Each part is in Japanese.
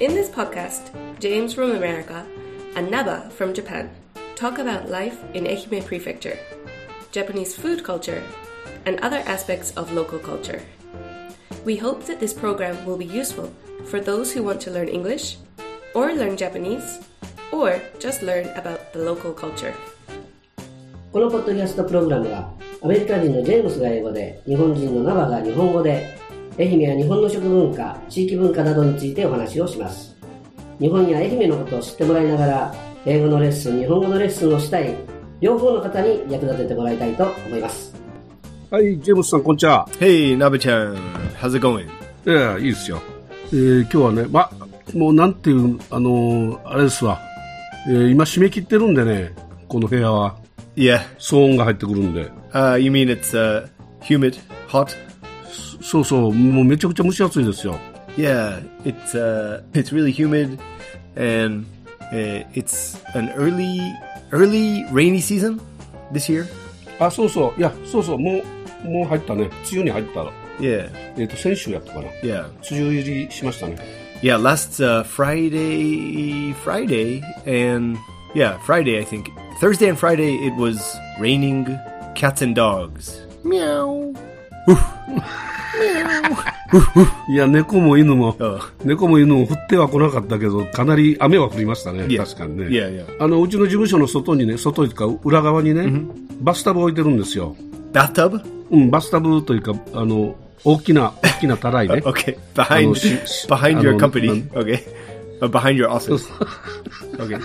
In this podcast, James from America and Naba from Japan talk about life in Ehime Prefecture, Japanese food culture, and other aspects of local culture. We hope that this program will be useful for those who want to learn English, or learn Japanese, or just learn about the local culture. このポッドキャストプログラムはアメリカ人のジェームスが英語で日本人のナバが日本語で愛媛や日本の食文化地域文化などについてお話をします日本や愛媛のことを知ってもらいながら英語のレッスン日本語のレッスンをしたい両方の方に役立ててもらいたいと思いますはい、ジェームスさん、こんにちは。 Hey, Nabe-chan, how's it going? ええいいですよ。えー今日はね、ま、もうなんていう、あのーあれですわ。えー今締め切ってるんでね、この部屋は、 Yeah, 騒音が入ってくるんで。 uh, you mean it's uh, humid, hot? そうそう、もうめちゃくちゃ蒸し暑いですよ。 Yeah, it's uh, it's really humid, and uh, it's an early early rainy season this year. あ、そうそう、いや、そうそう、もう、もう入ったね。梅雨に入ったら。 Yeah, えっ、と、先週やったかな。 yeah, 梅雨入りしましたね。 yeah. Last uh, Friday, Friday, and yeah, Friday. I think Thursday and Friday it was raining cats and dogs. Meow. いや、猫も犬も、 Oh, 猫も犬も降っては来なかったけど、かなり雨は降りましたね。 yeah. 確かにね。 Yeah, yeah. あの、うちの事務所の外にね、外というか、裏側にね、バスタブ置いてるんですよ。 Bathtub. うん、バスタブというか、あの、大きな、大きなたら いね。 Okay, behind あの、し-し- behind your あの、 company. Okay, Uh, behind your office. Okay,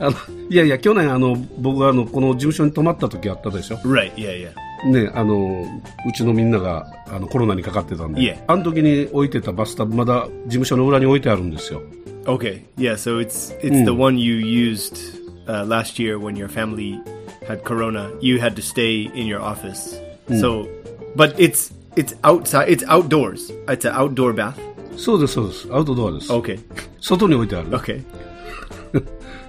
あのいやいや、去年、あの、僕があの、この事務所に泊まった時あったでしょ。 right. Yeah, yeah. ね、あの、うちのみんなが、あの、コロナにかかってたんで。いえあの時に置いてたバスタブ、まだ事務所の裏に置いてあるんですよ。 Okay, yeah. So it's it's the one you used uh, last year when your family had corona. You had to stay in your office. So, but it's it's outside. It's outdoors. It's an outdoor bath. そうです、そうです。アウトドアです。 Okay, 外に置いてある。 okay.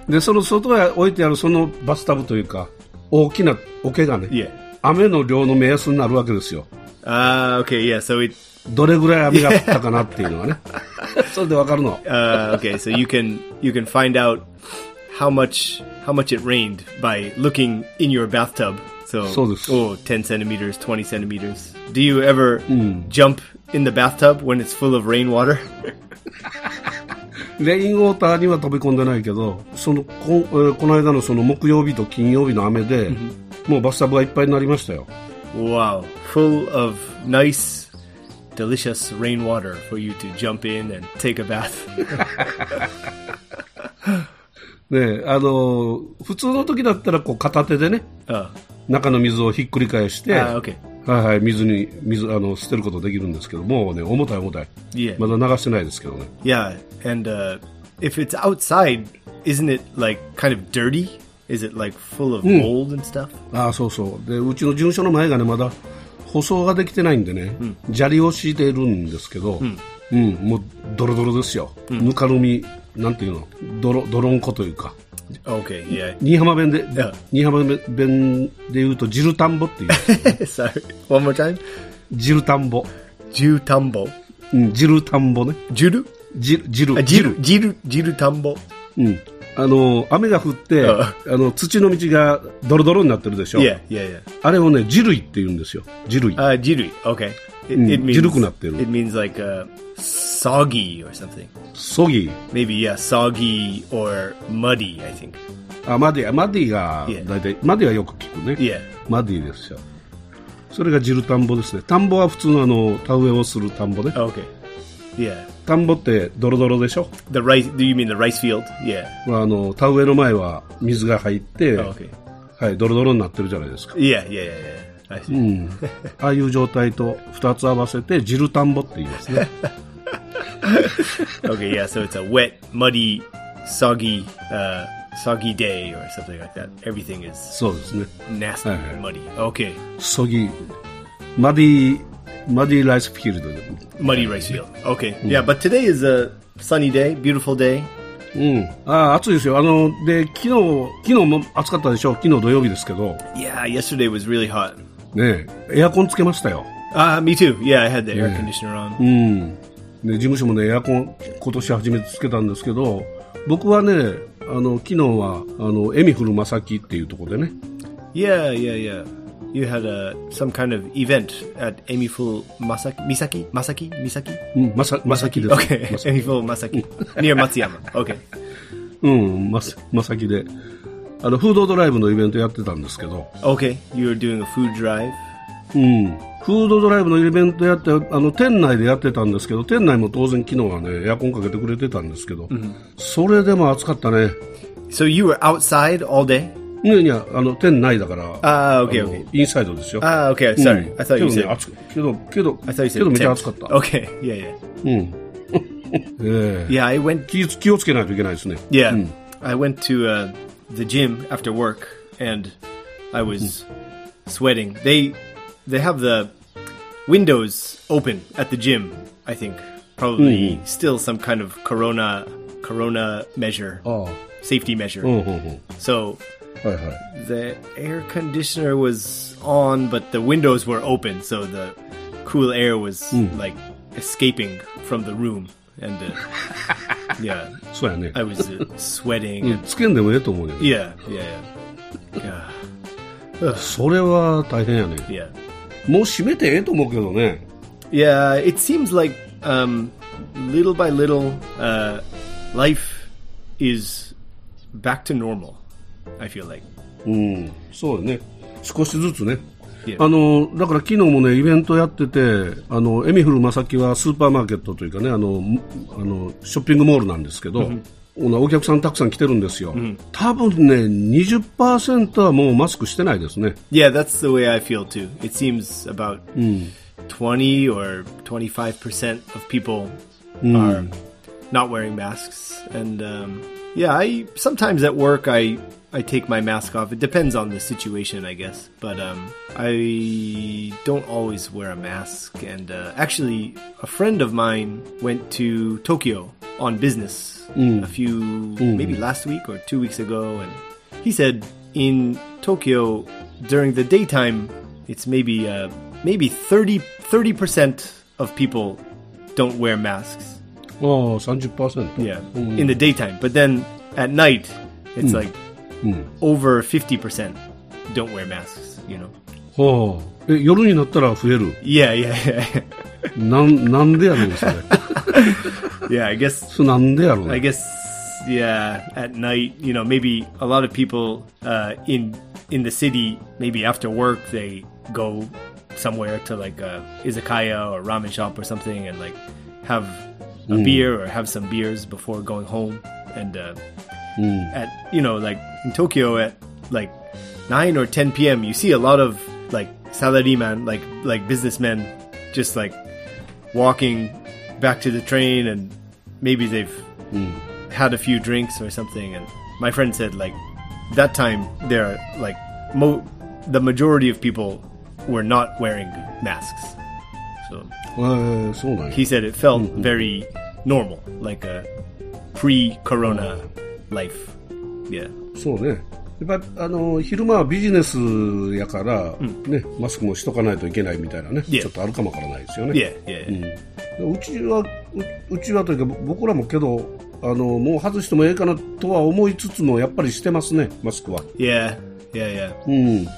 で、その外へ置いてあるそのバスタブというか、大きな桶がね、 Yeah. 雨の量の目安になるわけですよ。 Uh, okay, yeah. So it. どれぐらい雨が降ったかなっていうのは ね。それでわかるの。 Uh, okay, so you can you can find out how much how much it rained by looking in your bathtub. So, そうです。 oh, 10 centimeters, 20 centimeters. Do you ever jump in the bathtub when it's full of rainwater? レインウォーターには飛び込んでないけど、そのこ,、えーこの間のその木曜日と金曜日の雨で、もうバスタブがいっぱいになりましたよ。 Wow, full of nice, delicious rainwater for you to jump in and take a bath. ねえあのー普通の時だったらこう片手でね、 Oh, 中の水をひっくり返して、 ah, okay. はいはい、水に、水、あの、捨てることできるんですけど、もうね、重たい重たい。 Yeah. まだ流してないですけどね。 Yeah, and uh, if it's outside, isn't it like kind of dirty? Is it like full of mold and stuff? ああ、そうそう。で、うちの事務所の前がね、まだ舗装ができてないんでね、砂利を敷いてるんですけど、うん、もうドロドロですよ。ぬかるみ、なんていうの、泥、泥んこというか。 Okay, yeah. 新居浜弁でや、新居浜弁で言うと、ジルタンボ っていう。 Sorry. One more time. ジルタンボ。 Jutambo. うん、ジルタンボね。 Juru? ジル、ジ Uh, ル。 jiru. Jiru. Jirutambo. うん。あの、雨が降って、ああの、土の道がドロドロになってるでしょ。 Yeah, yeah, yeah. あれをね、ジルイって言うんですよ。ジルイ。 Uh, jiru. Okay. It, うん、 it means ジルくなってる。 it means like uh, soggy or something. ソギー。 Maybe yeah, soggy or muddy. I think. あ、マディ、マディがいえ、大体、マディはよく聞くね。 Yeah. マディですよ。それがジル田んぼですね。田んぼは普通のあの、田植えをする田んぼね。 Okay. Yeah. 田んぼってドロドロでしょ The rice. Do you mean the rice field? Yeah. Oh, まああの、田植えの前は水が入って、 Okay. はい、ドロドロになってるじゃないですか。 Yeah. Yeah. Yeah. yeah. I see. うん。ああいう状態と二つ合わせて、ジル田んぼって言いますね。 Okay. Yeah. So it's a wet, muddy, soggy, uh, soggy day or something like that. Everything is そうですね。 nasty, Uh-huh. and muddy. Okay. ソギマディ、マディライスフィールドで。 Muddy rice field. Okay. Yeah, but today is a sunny day, beautiful day. うん。ああ、暑いですよ。あの、で、昨日、昨日も暑かったでしょ昨日土曜日ですけど、 Yeah, yesterday was really hot. ねえエアコンつけましたよ。 Uh, me too. Yeah, I had the air conditioner on. うん。で事務所もねエアコン今年初めてつけたんですけど僕はねあの昨日はあのエミフルマサキっていうところでね Yeah, yeah, yeah. You had a some kind of event at Amyful Masaki Misaki Masaki Misaki. うんまさまさきです Okay, Amyful Masaki near Matsuyama. Okay. うんまさまさきであのフードドライブのイベントやってたんですけど Okay, you were doing a food drive. うん、フードドライブのイベントやってあの店内でやってたんですけど店内も当然昨日はねエアコンかけてくれてたんですけど、それでも暑かったね So you were outside all day. いやいやあの店内だからあー OK あの OK インサイドですよ Ah, okay. Sorry, うん I thought けど you ね said. 暑くけどけど I thought you け said. どめっちゃ tent. 暑かった、 Okay. Yeah, yeah, うんええ yeah. I went 気気をつけないといけないですね Yeah. I went to uh, the gym after work and I was sweating. They they have the windows open at the gym, I think. Probably still some kind of corona corona measure. ああ Safety measure. うんうんうんはい So はい the air conditioner was on but the windows were open so the cool air was like escaping from the room and uh, yeah そうやね I was uh, sweating うん and つけんでもええと思うよ yeah, yeah, yeah. それは大変やね yeah. もう閉めてええと思うけどね Yeah, it seems like um, little by little, uh, life is back to normal. I feel like. うん、そうよね、少しずつね。 Yeah. あのだから昨日もねイベントやっててあのエミフル正木はスーパーマーケットというかねあのむあのショッピングモールなんですけど、お客さんたくさん来てるんですよ、多分ね20%はもうマスクしてないですね Yeah, that's the way I feel too. It seems about twenty or twenty-five percent of people are not wearing masks, and um, yeah, I sometimes at work I I take my mask off. It depends on the situation, I guess. But um, I don't always wear a mask. And uh, actually, a friend of mine went to Tokyo on business a few maybe last week or two weeks ago, and he said in Tokyo during the daytime, it's maybe uh, maybe 30 percent of people don't wear masks. ああ30%、 Yeah, in the daytime, but then at night, it's like over fifty percent don't wear masks. You know? はあ、え夜になったら増える Yeah, yeah, yeah. なんなんでやねんそれ yeah, I guess それなんでやろうね I guess yeah, at night, you know, maybe a lot of people uh, in in the city, maybe after work, they go somewhere to like a izakaya or ramen shop or something, and like have a beer or have some beers before going home. And uh, at you know, like in Tokyo, at like nine or ten p.m., you see a lot of like salaryman, like like businessmen, just like walking back to the train and maybe they've had a few drinks or something and my friend said like that time there like mo- the majority of people were not wearing masks so えーそうなんや he said it felt very normal like a pre-corona life yeah そうね。やっぱあの昼間はビジネスやから、ね、マスクもしとかないといけないみたいなね、 Yeah. ちょっとあるかもわからないですよ yeah ね。 yeah うちはう、うちはというか、ぼ僕らもけど、あのもう外してもええかなとは思いつつも、やっぱりしてますね、マスクは。 yeah yeah yeah うん、事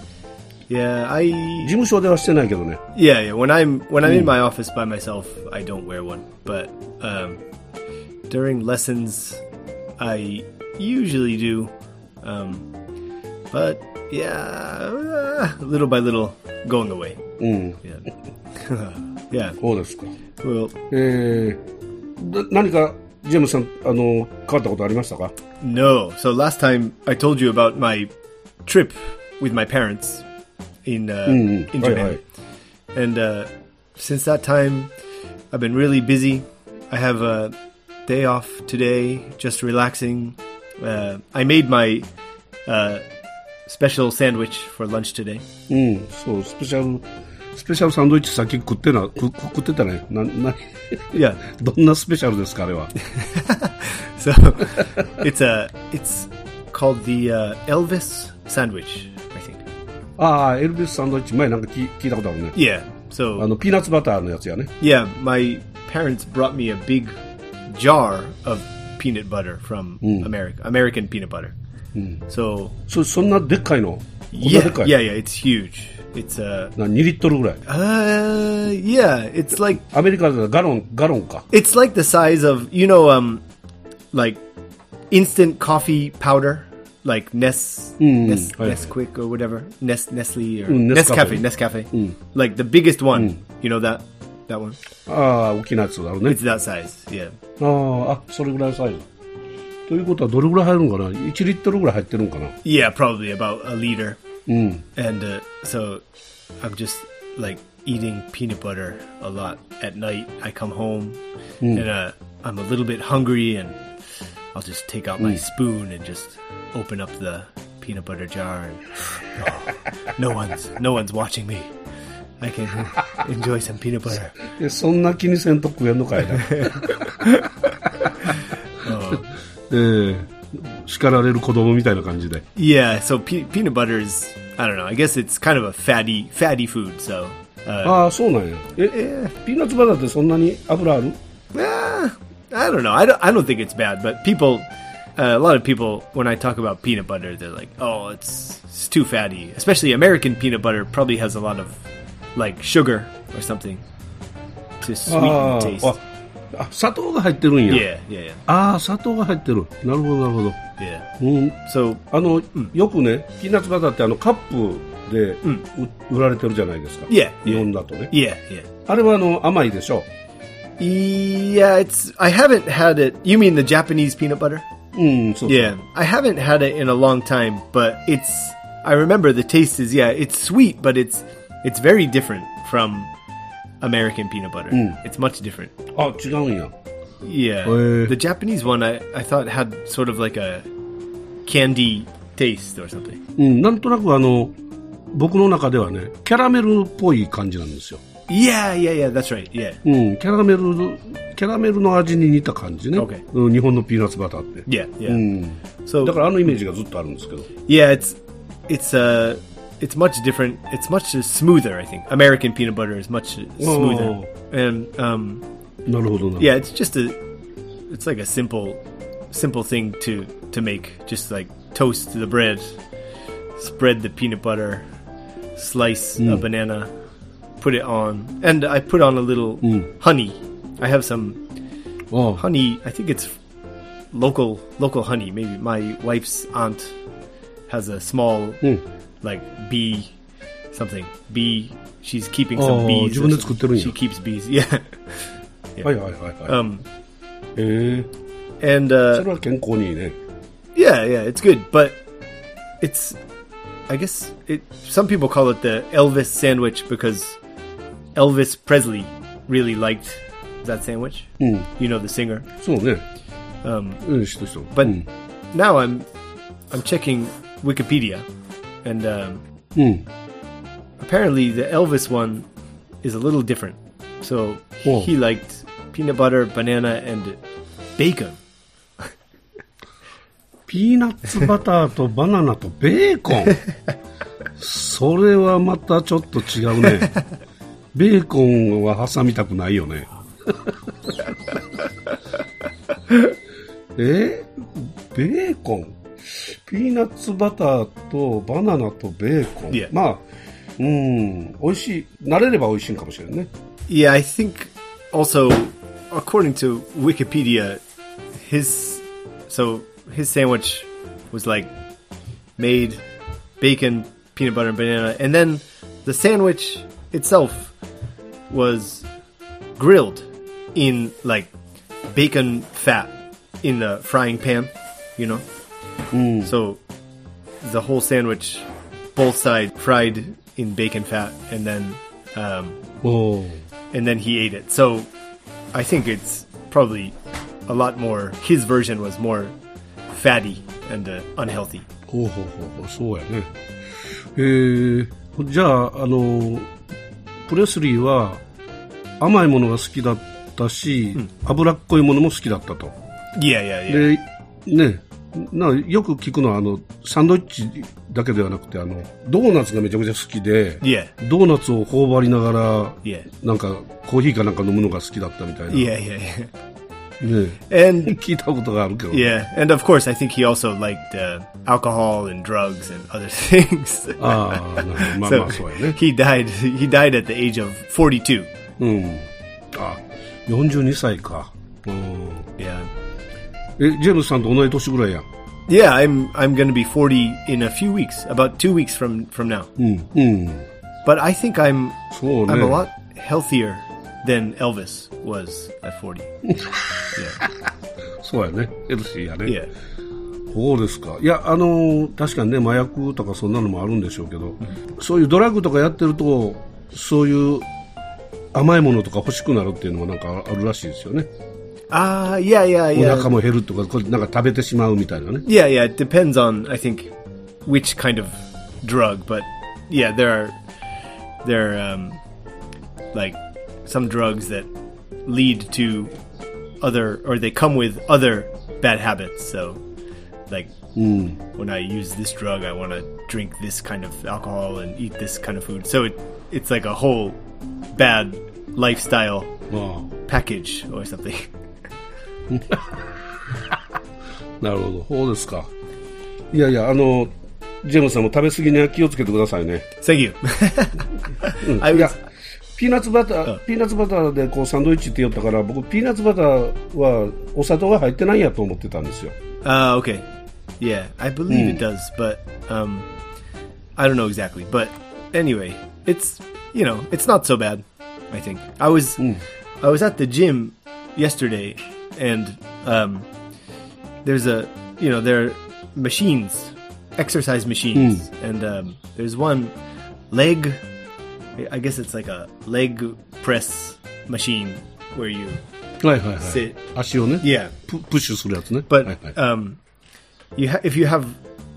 yeah i 務所ではしてないけどね、 Yeah, yeah. When I'm when I'm in my office by myself, I don't wear one. But um, during lessons, I usually do. Um, but yeah, uh, little by little, going away. うん、 Yeah, yeah. そうですか。 Well, えー、だ何かジェームスさん、あの変わったことありましたか no. So last time I told you about my trip with my parents in uh, うん、 in はい Japan. はい。 and uh, since that time, I've been really busy. I have a day off today, just relaxing. Uh, I made my uh, special sandwich for lunch today. うん、そう、スペシャル、スペシャルサンドイッチ先食ってな、く食ってたね。な、な、 Yeah, どんなスペシャルですか、あれ は。 so it's a it's called the uh, Elvis sandwich, I think. ああ、エルビスサンドイッチ、前なんか聞い聞いたことあるね。 Yeah. あ So の、ピーナッツバターのやつやね。 yeah, my parents brought me a big jar of peanut butter from America, American peanut butter. So そそんなでっかいのこんな yeah, でっか yeah, い yeah, it's huge. It's uh, な2リットルぐらい uh, yeah, it's like アメリカだとガロンガロンか it's like the size of you know, um, like instant coffee powder, like Nest, Nest, yeah. Nesquik or whatever, Nest, Nestle or Mm, Nescafe, Nescafe. Nescafe, like the biggest one. You know that that one. ああ大きなやつだろうね It's that size. Yeah. あーあそれぐらいのサイズということはどれぐらい入るのかな1リットルぐらい入ってるのかな Yeah, probably about a liter. And uh, so I'm just like eating peanut butter a lot at night. I come home and uh, I'm a little bit hungry, and I'll just take out my spoon and just open up the peanut butter jar. And oh, no one's no one's watching me. I can enjoy some peanut butter. えそんな気にせんと食えんの かいな、えー叱られる子供みたいな感じで Yeah, so pe- peanut butter is I don't know. I guess it's kind of a fatty fatty food. So. Uh, ああそうなんやええピーナッツバターってそんなに油ある Ah, I don't know. I don't. I don't think it's bad, but people, uh, a lot of people, when I talk about peanut butter, they're like, "Oh, it's it's too fatty." Especially American peanut butter probably has a lot of like sugar or something to sweeten あ the taste. ーああ砂糖が入ってるんや yeah, yeah, yeah, ああ砂糖が入ってるなるほどなるほど yeah. うん So あの、よくねピーナッツバターってあのカップで、う売られてるじゃないですか、 Yeah, yeah. 日本だとね yeah, yeah, あれはあの甘いでしょ yeah. It's I haven't had it. You mean the Japanese peanut butter? うんそうそう Yeah, I haven't had it in a long time, but it's. I remember the taste is yeah, it's sweet, but it's it's very different from American peanut butter. It's much different. あ違うんや Yeah, Uh, the Japanese one I I thought had sort of like a candy taste or something. うん、なんとなくあの僕の中ではねキャラメルっぽい感じなんですよ、 Yeah, yeah, yeah. That's right. Yeah, うん、キャラメルキャラメルの味に似た感じね、 Okay. うん、日本のピーナッツバターって yeah, yeah. うん、 So だからあのイメージがずっとあるんですけど yeah, it's it's uh it's much different. It's much smoother. I think American peanut butter is much smoother, and um. なるほどな yeah it's just a it's like a simple simple thing to to make just like toast the bread spread the peanut butter slice a banana put it on and i put on a little honey i have some ああ honey i think it's local local honey maybe my wife's aunt has a small like bee something bee she's keeping some Oh, bees or 自分で something. 作ってるんや。 she keeps bees yeah はいはいはいはい、 um へえ and そ uh れは健康にいいね Yeah, yeah, it's good, but it's I guess it some people call it the Elvis sandwich because Elvis Presley really liked that sandwich. You know the singer. そうねうんしとしと But うん now I'm I'm checking Wikipedia and um, うん、 apparently the Elvis one is a little different. So Oh. he liked peanut butter, banana and bacon. ピーナッツバターとバナナとベーコンそれはまたちょっと違うねベーコンは挟みたくないよねえベーコンピーナッツバターとバナナとベーコン、いやまあうん美味しい慣れれば美味しいのかもしれんね Yeah, I think also according to Wikipedia, his so his sandwich was like made bacon, peanut butter, and banana, and then the sandwich itself was grilled in like bacon fat in the frying pan, you know. So the whole sandwich, both sides fried in bacon fat, and then. Um, おー and then he ate it. So I think it's probably a lot more. His version was more fatty and uh, unhealthy. ほうほうほうほうそうやねえー、じゃああのプレスリーは甘いものが好きだったし、脂っこいものも好きだったと Yeah, yeah, yeah. でねなよく聞くのはあのサンドイッチだけではなくてあのドーナツがめちゃくちゃ好きで Yeah. ドーナツを頬張りながら Yeah. なんかコーヒーかなんか飲むのが好きだったみたいな、 Yeah, yeah, yeah. ね And 聞いたことがあるけど、 yeah, and of course, I think he also liked uh, alcohol and drugs and other things. ああなるほどまあまあ そうやね he died. He died at the age of forty-two. うんあ42歳かうん Yeah, えジェームスさんと同じ年ぐらいやん yeah. I'm I'm going to be forty in a few weeks. About two weeks from from now. うんう hmm. ん But I think I'm そうね I'm a lot healthier than Elvis was at forty. そうやねヘルシーやね Yeah, そうですかいやあのー確かにね麻薬とかそんなのもあるんでしょうけど、そういうドラッグとかやってるとそういう甘いものとか欲しくなるっていうのもなんかあるらしいですよね ah, yeah, yeah, お yeah. 腹も減るとかこれなんか食べてしまうみたいなね Yeah, yeah, it depends on I think which kind of drug, but yeah, there are there are um, like some drugs that lead to other or they come with other bad habits. So like when I use this drug, I want to drink this kind of alcohol and eat this kind of food. So it it's like a whole bad lifestyle ま package or something. あなるほどそうですかいやいやあのージェームスさんも食べ過ぎには気をつけてくださいね Thank you. う ん I いや was- ピーナッツバター、ピーナッツバターでこうサンドイッチって言ったから、僕、ピーナッツバターはお砂糖が入ってないやと思ってたんですよ。 Uh, okay. Yeah, I believe it does, but um, I don't know exactly. But anyway, it's you know it's not so bad. I think I was I was at the gym yesterday, and um, there's a you know there are machines, exercise machines, and um, there's one leg. I guess it's like a leg press machine where you はいはいはせい。足をね、 yeah ププッシュするやつね。 but はいはい um, you ha- if you have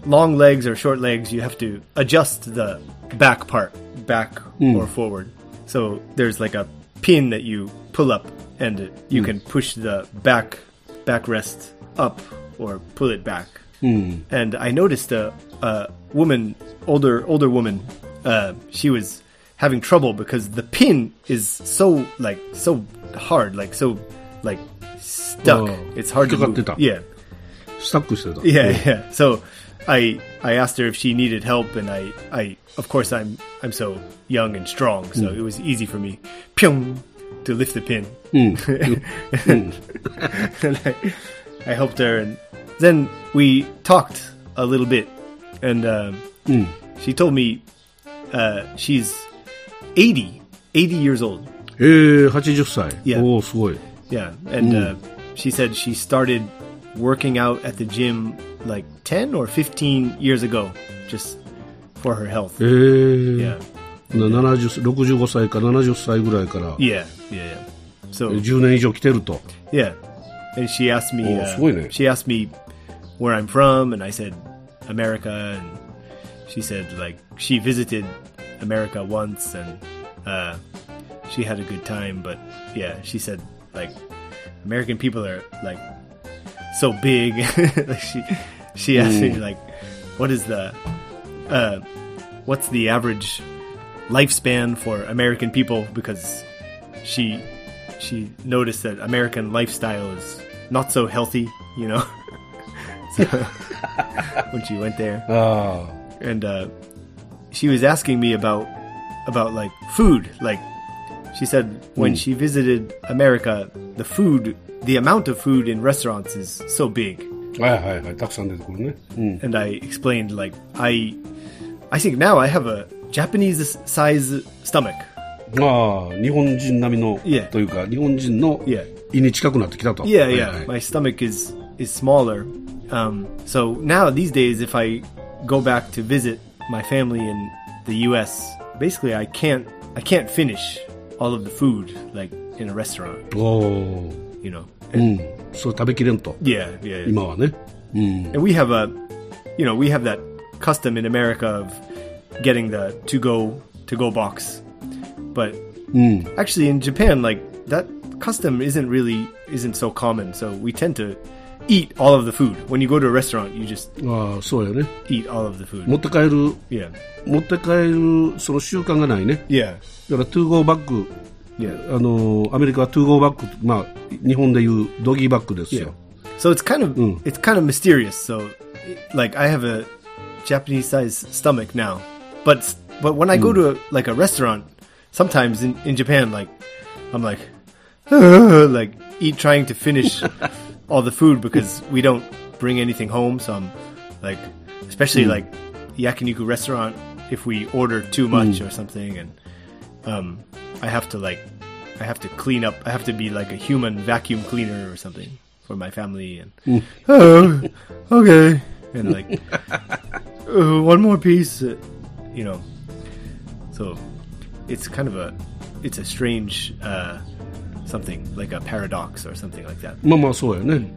long legs or short legs, you have to adjust the back part back or forward. So there's like a pin that you pull up, and it- you can push the back back rest up or pull it back. And I noticed a, a woman, older older woman, uh, she was having trouble because the pin is so like so hard, like so like stuck. Oh. It's hard to Stuck up move. to top. Yeah. スタックしてた。 Yeah, yeah. So I I asked her if she needed help, and I I of course I'm I'm so young and strong, so it was easy for me, pyong, to lift the pin. and I, I helped her, and then we talked a little bit, and um, she told me uh, she's 80, 80 years old. えー、80歳。 Yeah. おおすごい。 Yeah, and uh, she said she started working out at the gym like ten or fifteen years ago, just for her health. えー、 Yeah, な70歳65歳か70歳ぐらいから、 yeah, yeah. yeah. So 10年以上来てると。 yeah, and she asked me. Oh, すごいね。 uh, she asked me where I'm from, and I said America, and she said like she visited America once, and uh, she had a good time. But yeah, she said like American people are like so big. like she she asked me like, what is the uh, what's the average lifespan for American people? Because she she noticed that American lifestyle is not so healthy, you know. so, when she went there, あ and uh, she was asking me about about like food. Like she said, when she visited America, the food, the amount of food in restaurants is so big. あ、はいはいはい、たくさん出てくるね。うん。 And I explained like I I think now I have a Japanese size stomach. ああ、日本人並みの、 Yeah. というか、日本人の Yeah. 胃に近くなってきたと。 Yeah, はい yeah. はい My stomach is is smaller. Um, so now these days, if I go back to visit my family in the U.S., basically I can't I can't finish all of the food like in a restaurant. おお、 You know. うん。それ食べきれんと。 Yeah, yeah. yeah. 今はね。 And we have a, you know, we have that custom in America of getting the to go to go box, but actually in Japan, like that custom isn't really isn't so common. So we tend to eat all of the food. When you go to a restaurant, you just ああそうやね eat all of the food. 持って帰る Yeah. 持って帰るその習慣がないね Yeah. だからトゥーゴーバッグ Yeah. あのアメリカはトゥーゴーバッグ、まあ、日本でいうドギーバッグですよ、 So it's kind of it's kind of mysterious. So like I have a Japanese size stomach now. But but when I go to a, like a restaurant sometimes in, in Japan like I'm like like eat trying to finish all the food because we don't bring anything home so I'm like especially like yakiniku restaurant if we order too much or something and um I have to like I have to clean up. I have to be like a human vacuum cleaner or something for my family. And oh, okay, and like "Uh, one more piece, uh, you know. So it's kind of a it's a strange uh, something like a paradox or something like that. まあまあそうやね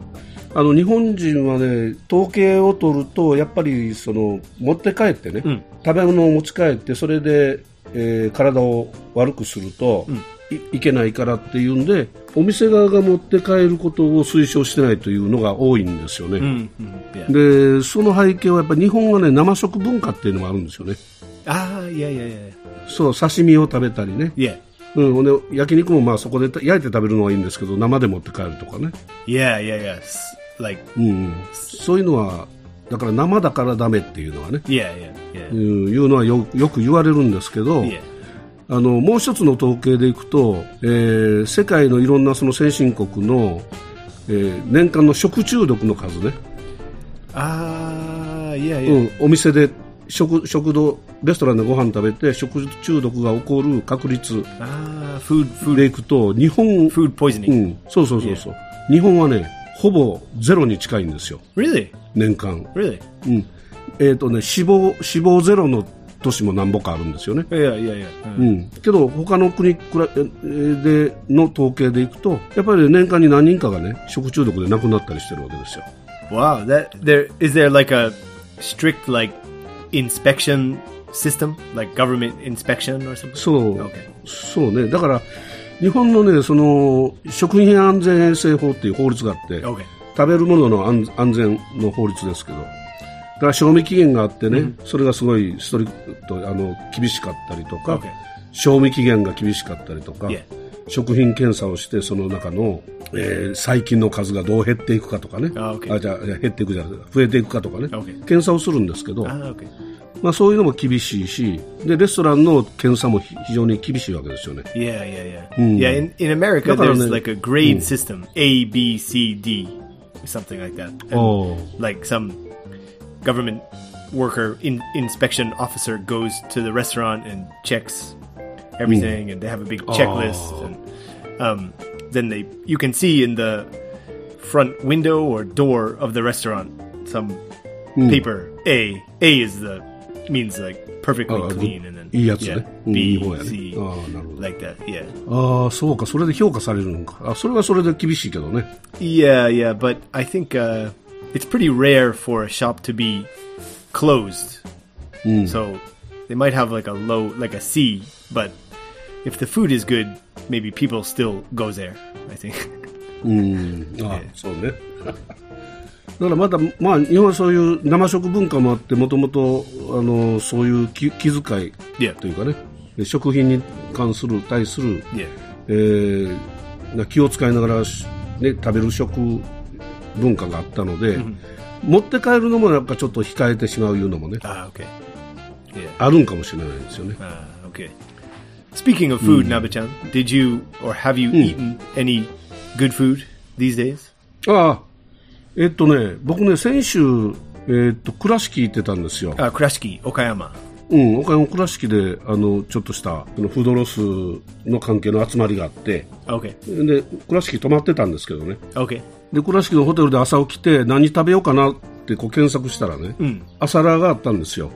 あの日本人はね統計を取るとやっぱりその持って帰ってね、食べ物を持ち帰ってそれで、えー体を悪くすると、いいけないからっていうんでお店側が持って帰ることを推奨してないというのが多いんですよね、Mm-hmm, Yeah. でその背景はやっぱり日本はね生食文化っていうのがあるんですよね Ah, yeah, yeah, yeah, そう刺身を食べたりね、 yeah, うん、ほんで焼肉もまあそこで焼いて食べるのはいいんですけど生で持って帰るとかね、 yeah, yeah, yeah. S- Like うんうん、そういうのはだから生だからダメっていうのはね、 yeah, yeah, yeah, うん、いうのはよよく言われるんですけど、 yeah. あのもう一つの統計でいくと、えー世界のいろんなその先進国の、えー年間の食中毒の数ね、 Ah, yeah, う yeah, ん、お店で食食堂レストランでご飯食べて食中毒が起こる確率 ah, food, food, でいくと日本う food poisoning. ん、そうそうそうそう、日本はねほぼゼロに近いんですよ Really, 年間 really. うんえっ、とね死亡死亡ゼロの年も何ぼかあるんですよね Yeah, yeah, yeah. うん、けど他の国くらえーでの統計でいくとやっぱり年間に何人かがね食中毒で亡くなったりしてるわけですよ Wow, that there is there like a strict like inspection system, like government inspection or something. そう、 Okay. そうねだから日本のねその食品安全衛生法っていう法律があって、 Okay. 食べるものの安安全の法律ですけど、だから賞味期限があってね、それがすごいストリクトあの厳しかったりとか Okay.、賞味期限が厳しかったりとか Yeah.、食品検査をして、その中の、えー細菌の数がどう減っていくかとかね、あ okay. じゃあいや減っていくじゃなくて、増えていくかとかね、 Okay. 検査をするんですけど、 Ah, okay. まあ、そういうのも厳しいしで、レストランの検査もひ非常に厳しいわけですよね。 Yeah, yeah, yeah. Yeah, in, in America Look at there's them. like a grade system, A, B, C, D, something like that. And, Oh. Like some government worker in, inspection officer goes to the restaurant and checks everything, and they have a big checklist. And um, then they you can see in the front window or door of the restaurant some paper A. A is the means like perfectly Oh, good. clean, and then いいやつね。うん B, 日本やね C, ああなるほど like that. Yeah, ああ、そうか、それで評価されるのか。あそれはそれで厳しいけどね。 yeah, yeah. But I think uh, it's pretty rare for a shop to be closed, so they might have like a low, like a C. But if the food is good, maybe people still go there. I think. あそうね。 だからまだ、まあ、日本はそういう生食文化もあって、もともと、あの、そういう気気遣い Yeah. というかね、食品に関する、対する、 Yeah. えーな気を使いながら、しね、食べる食文化があったので、持って帰るのもなんかちょっと控えてしまういうのもね、 Ah, okay. Yeah. あるんかもしれないですよね。 Ah, okay. Speaking of food, Nabachan, did you or have you eaten any good food these days? ああ、えっとね、僕ね、先週、えっと、倉敷行ってたんですよ。 Uh, Kurashiki, Okayama. うん、岡山倉敷であのちょっとしたあのフードロスの関係の集まりがあって、 Okay. で倉敷泊まってたんですけどね、 Okay. で倉敷のホテルで朝起きて、何食べようかなってこう検索したらね、朝ラーがあったんですよ、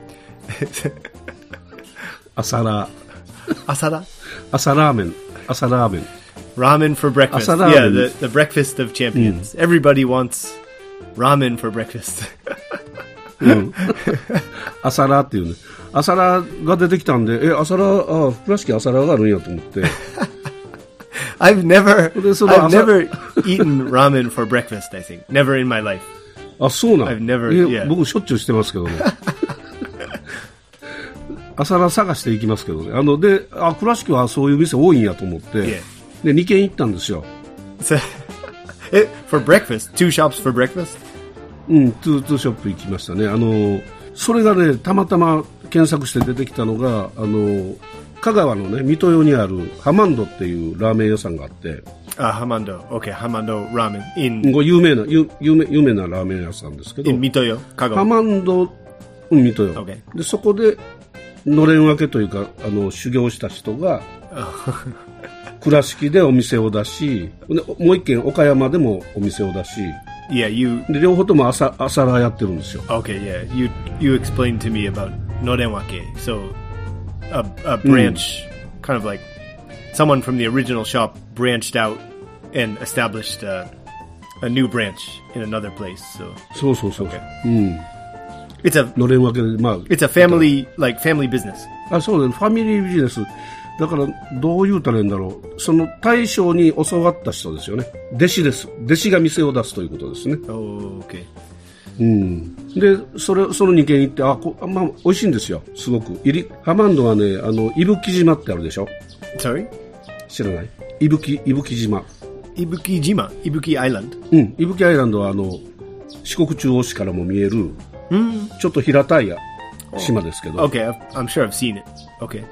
朝ラー、 Asada? 朝ラーメン、朝ラーメン、 Ramen for breakfast. Asada yeah, ramen. the, the breakfast of champions. Everybody wants ramen for breakfast. 朝ラーっていうね、朝ラーが出てきたんで、え、朝ラー、あ倉敷朝ラーがあるんやと思って、 I've never, Well, there's a lot- I've never eaten ramen for breakfast, I think. Never in my life. あ、そうなん I've never- いや yeah. 僕しょっちゅうしてますけどね。 朝ら探していきますけどね。あの、で、あ、倉敷はそういう店多いんやと思って、 Yeah. で、2軒行ったんですよ。 So, it, for breakfast, two shops for breakfast. うん、トゥートゥーショップ行きましたね。あの、それがね、たまたま検索して出てきたのが、あの、香川のね、水戸用にあるハマンドっていうラーメン屋さんがあって、 Uh, Hamando. Okay, Hamando ramen in これ有名な、有有名有名なラーメン屋さんですけど、 in Mitoyo, ハ Kagawa. マンド、うん、水戸よ。 Okay. で、そこで、のれん分けというか、あの、修行した人が、倉敷でお店を出し、でもう一軒岡山でもお店を出し、 Yeah, you で、両方とも朝、朝ラーやってるんですよ。 Okay, yeah. You you explained to me about Norenwake. So a a branch kind of like someone from the original shop branched out and established uh, a new branch in another place. So そうそうそう。 it's a のれん分けで、まあ、 it's a family like family business. あそうだね、ファミリービジネス。だから、どう言うたらいいんだろう。その大将に教わった人ですよね。弟子です。弟子が店を出すということですね。 Oh, okay. で、それ、その2軒行って、あ、こあまあ、美味しいんですよ。すごく。いり、ハマンドはね、あの、伊吹島ってあるでしょ Sorry, 知らない伊吹、伊吹島。 Ibukijima, Ibuki Island. うん。伊吹アイランドは、あの、四国中央市からも見える、ちょっと平たい島ですけど、 Okay, I've, I'm sure I've seen it. Okay,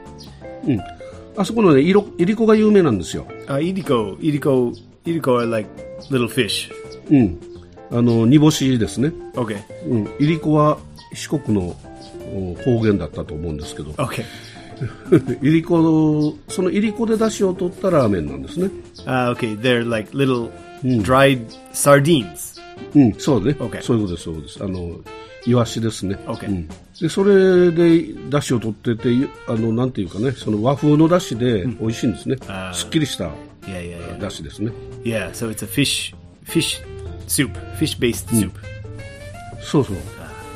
あそこのね、いろ、いりこが有名なんですよ。 uh, Iriko, Iriko, Iriko are like little fish. うん。あの、煮干しですね。 Okay, うん、いりこは四国のお方言だったと思うんですけど、 okay. いりこの、そのいりこで出汁を取ったラーメンなんですね。 Uh, okay, they're like little dried sardines. うん、そうね。 Okay. そういうことです、そういうことです。あの、イワシですね。 Okay. うん、で、それで出汁を取ってて、ゆあの、なんていうかね、その和風の出汁で美味しいんですね。すっきりした Yeah, yeah, yeah. 出汁ですね。 Yeah, so it's a fish fish soup, fish-based soup. そうそう。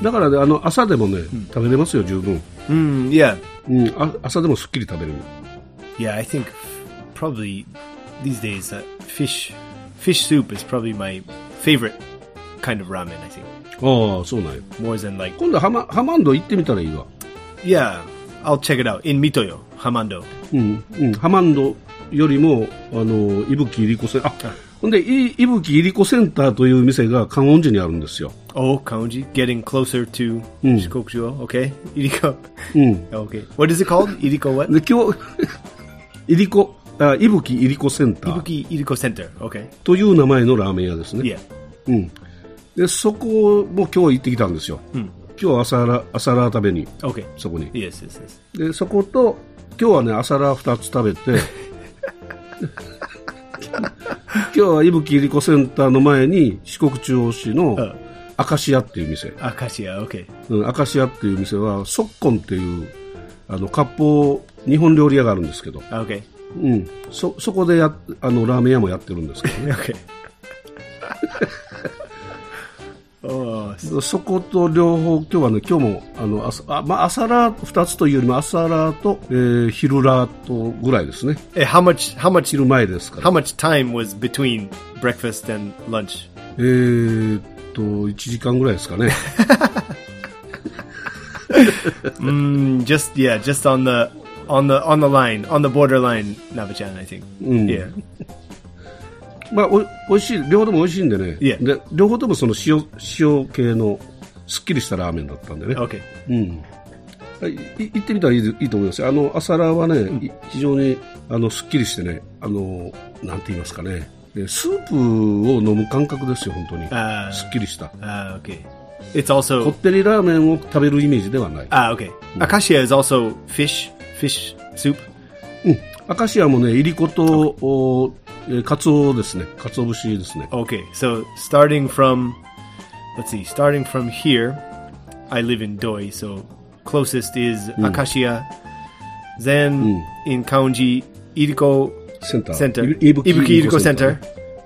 だからね、あの、朝でもね、食べれますよ、十分。 Mm, yeah. うん、あ朝でもすっきり食べれる。 Yeah, I think probably these days uh, fish fish soup is probably my favorite kind of ramen, I think. ああ、そうなんよ。 More than like 今度ハマ、ハマンド行ってみたらいいわ。 Yeah, I'll check it out in Mitoyo, Hamando. うんうん、ハマンドよりも、あの、伊吹いりこセンター、あ、ほんで、い伊吹いりこセンターという店が観音寺にあるんですよ。 Oh, Kaonji, getting closer to Shikokujuo. Okay, Iriko. Okay. What is it called? Iriko what? で、今日、 いりこ、あ、伊吹いりこセンター Ibuki Iriko Center. Okay. という名前のラーメン屋ですね。 Yeah. うん。で、そこも今日行ってきたんですよ。Hmm. 今日朝ラ、朝ラー食べに、 Okay. そこに。 Yes, yes, yes. で、そこと、今日はね、朝ラー2つ食べて、 今日は伊吹いりこセンターの前に四国中央市のん明石屋っていう店、 Akashia, Oh, ah, okay. うん、明石屋っていう店は、ソッコンっていう、あの、割烹、日本料理屋があるんですけど、 Okay. うん、そ、そこでやっ、あの、ラーメン屋もやってるんですけ Okay. oh, s- ど、 そこと両方、今日はね、今日も、あの、朝、あまあ、朝ラー2つというよりも、朝ラーと、えー昼ラーとぐらいですね。 eh, how much? How much? 昼前ですから How。much time was between breakfast and lunch? えーっと、1時間ぐらいですかね。 Mm, just yeah, just on the on the on the line on the borderline, Navachan, I think. Yeah. まあ、お美味しい、両方とも美味しいんでね。いえで、両方ともその塩、塩系の、すっきりしたラーメンだったんでね。 Okay. うん。はいい行ってみたらいいいいと思いますよあの、朝ラーはね、い非常に、あの、すっきりしてね、あの、なんて言いますかね。でスープを飲む感覚ですよ、本当に。あーすっきりした。 Uh, okay. It's こ also ってりラーメンを食べるイメージではない。 ah okay. Akashia is also fish fish soup. 明石屋もね、いりこと、おえー、かつおですね。かつお節ですね。 Okay, so starting from, let's see, starting from here, I live in Doi, so closest is Akashia, then in Kaonji, Iriko センター。 Center, いぶ Ibuki, き Oh, Iriko Center,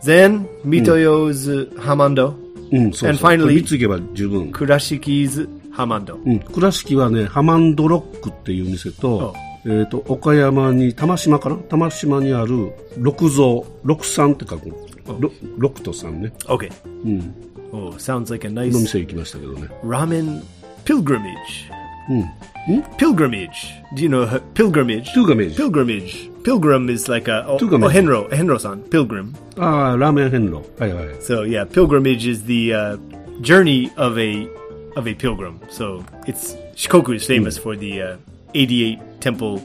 Hmm. then Mitoyo's Hamando, うん、そう And そう。 finally- これ三ついけば十分。 Kurashiki's Hamando. うん、倉敷はね、ハマンドロックっていう店と、えっ、と、岡山に、玉島かな玉島にある、六蔵、六三って書く。ろロクトさんね Okay. Oh, sounds like a の nice 店行きましたけどね ramen pilgrimage. Hmm. Hmm? Pilgrimage. Do you know her- pilgrimage? Pilgrimage. Pilgrimage. Pilgrim is like a oh, Pilgrimage. oh Henro Henro-san. Pilgrim. ああラーメン遍路はいはい So yeah, pilgrimage is the uh, journey of a of a pilgrim. So it's Shikoku is Hmm. famous for the uh, 88 temple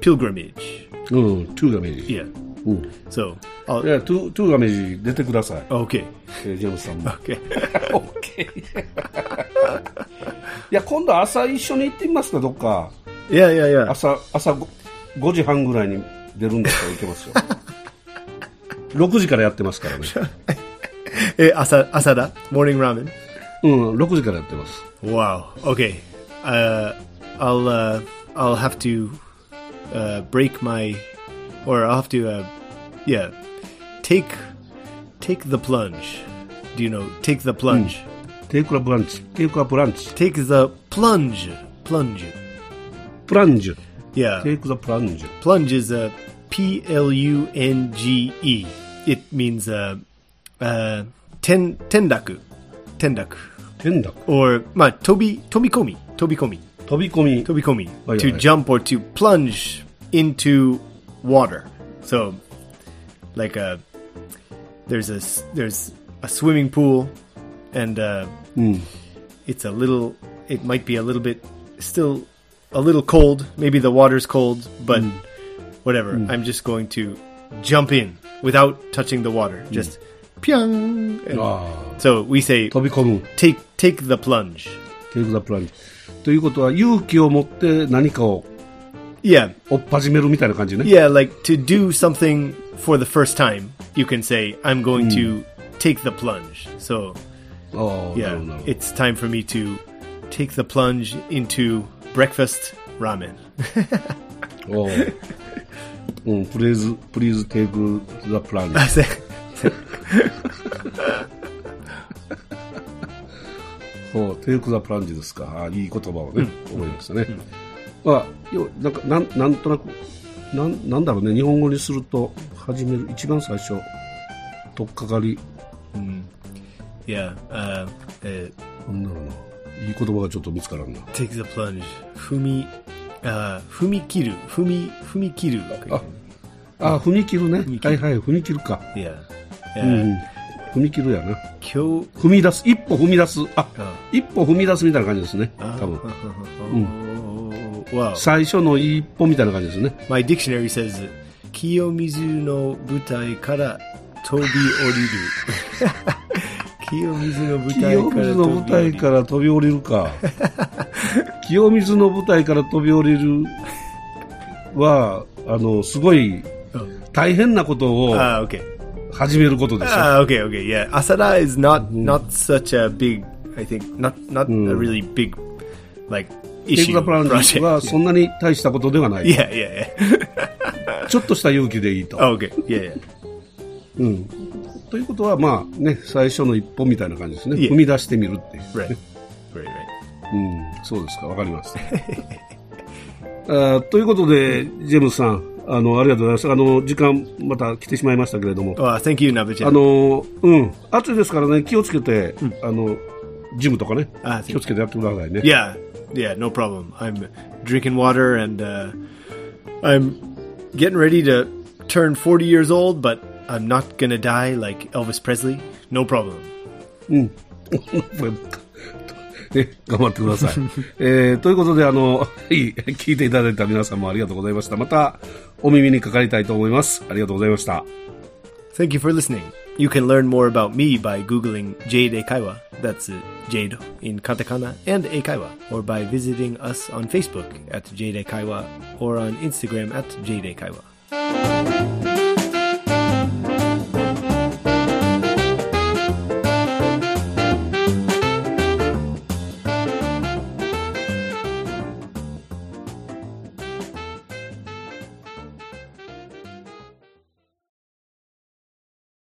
pilgrimage. うんトゥーガメージ Yeah. うん So I'll- いやトゥトゥーガメージ出てください okay, えージェームスさんも okay. オッケーいや今度朝一緒に行ってみますかどっか Yeah, yeah, yeah. 朝朝ご5時半ぐらいに出るんだったら行けます よ6時からやってますからね、 Eh, Asa, asada morning ramen. うん、6時からやってます Wow. Okay. Uh, I'll uh, I'll have to uh, break my, or I'll have to, uh, yeah, take take the plunge. Do you know? Take the plunge. テイクアップランチテイクアップランチ Take the plunge. Plunge. プランジュ Yeah. テイクザプランジュ plunge is a P L U N G E. It means uh, uh, ten tendaku, tendaku, 天だ or ma tobi tobikomi tobikomi. 飛び込み Tobikomi. Oh, yeah, to yeah. jump or to plunge into water. So, like a there's a s- there's a swimming pool, and uh, it's a little. It might be a little bit still a little cold. Maybe the water's cold, but whatever. I'm just going to jump in without touching the water. Just pyang. And ああ So we say 飛び込む take take the plunge. テイクザプランジュということは勇気を持って何かを Yeah, 追っ始めるみたいな感じね Yeah, like to do something for the first time, you can say, I'm going to take the plunge. So, ああな yeah, るほどなるほど it's time for me to take the plunge into breakfast ramen. お ーうん、プレイズ、プリーズテイクザプラン I say, そう、テイクザプランジですか。あーいい言葉をね、覚えましたね。まあ、よなんかなん、なんとなく、なん、なんだろうね、日本語にすると、始める、一番最初、とっかかり、 yeah, uh, uh, なんだろうな、いい言葉がちょっと見つからんな。 take the plunge. Fumi, uh, fumikiru. Fumi, fumikiru. あー、踏み切るね。はいはい、踏み切るか。 yeah. う Uh, ん。踏み切るやな。 kyo, 踏み出す、一歩踏み出す。ああ、一歩踏み出すみたいな感じですね。多分。uh-huh. wow. 最初の一歩みたいな感じですね。 My dictionary says, Kiyomizu no butai kara tobi oriru. Kiyomizu no 清水 butai kara の舞 tobi 台 oriru. から飛び降りる か清水の舞台から飛び降りるはあのすごい大変なことを Ah, okay. 始めることでしょ、 Ah, okay, okay. Yeah, asada is not not such a big. I think not not a really big like テイク issue ザプラン project. はそんなに大したことではない、 Yeah, yeah, yeah. ちょっとした勇気でいいと、 Oh, okay, yeah, yeah. うん、ということはまあね最初の一歩みたいな感じですねいえ踏み出してみるっていう、 Right, right, right. うん、そうですかわかりました あーということでジェームスさんあのありがとうございましたあの時間また来てしまいましたけれども Oh, thank you, あ Nabuchan. のうん、暑いですからね、気をつけて、あのジムとかねあ、気をつけてやってくださいね。 Yeah, yeah, no problem. I'm drinking water and uh, I'm getting ready to turn 40 years old, but I'm not gonna die like Elvis Presley. No problem. ね頑張ってください。 えーということで、あの、 いい、聞いていただいた皆さんもありがとうございました。また、お耳にかかりたいと思います。ありがとうございました。 Thank you for listening. You can learn more about me by Googling Jade Eikaiwa, that's uh, Jade in katakana, and Eikaiwa, or by visiting us on Facebook at Jade Eikaiwa or on Instagram at Jade Eikaiwa.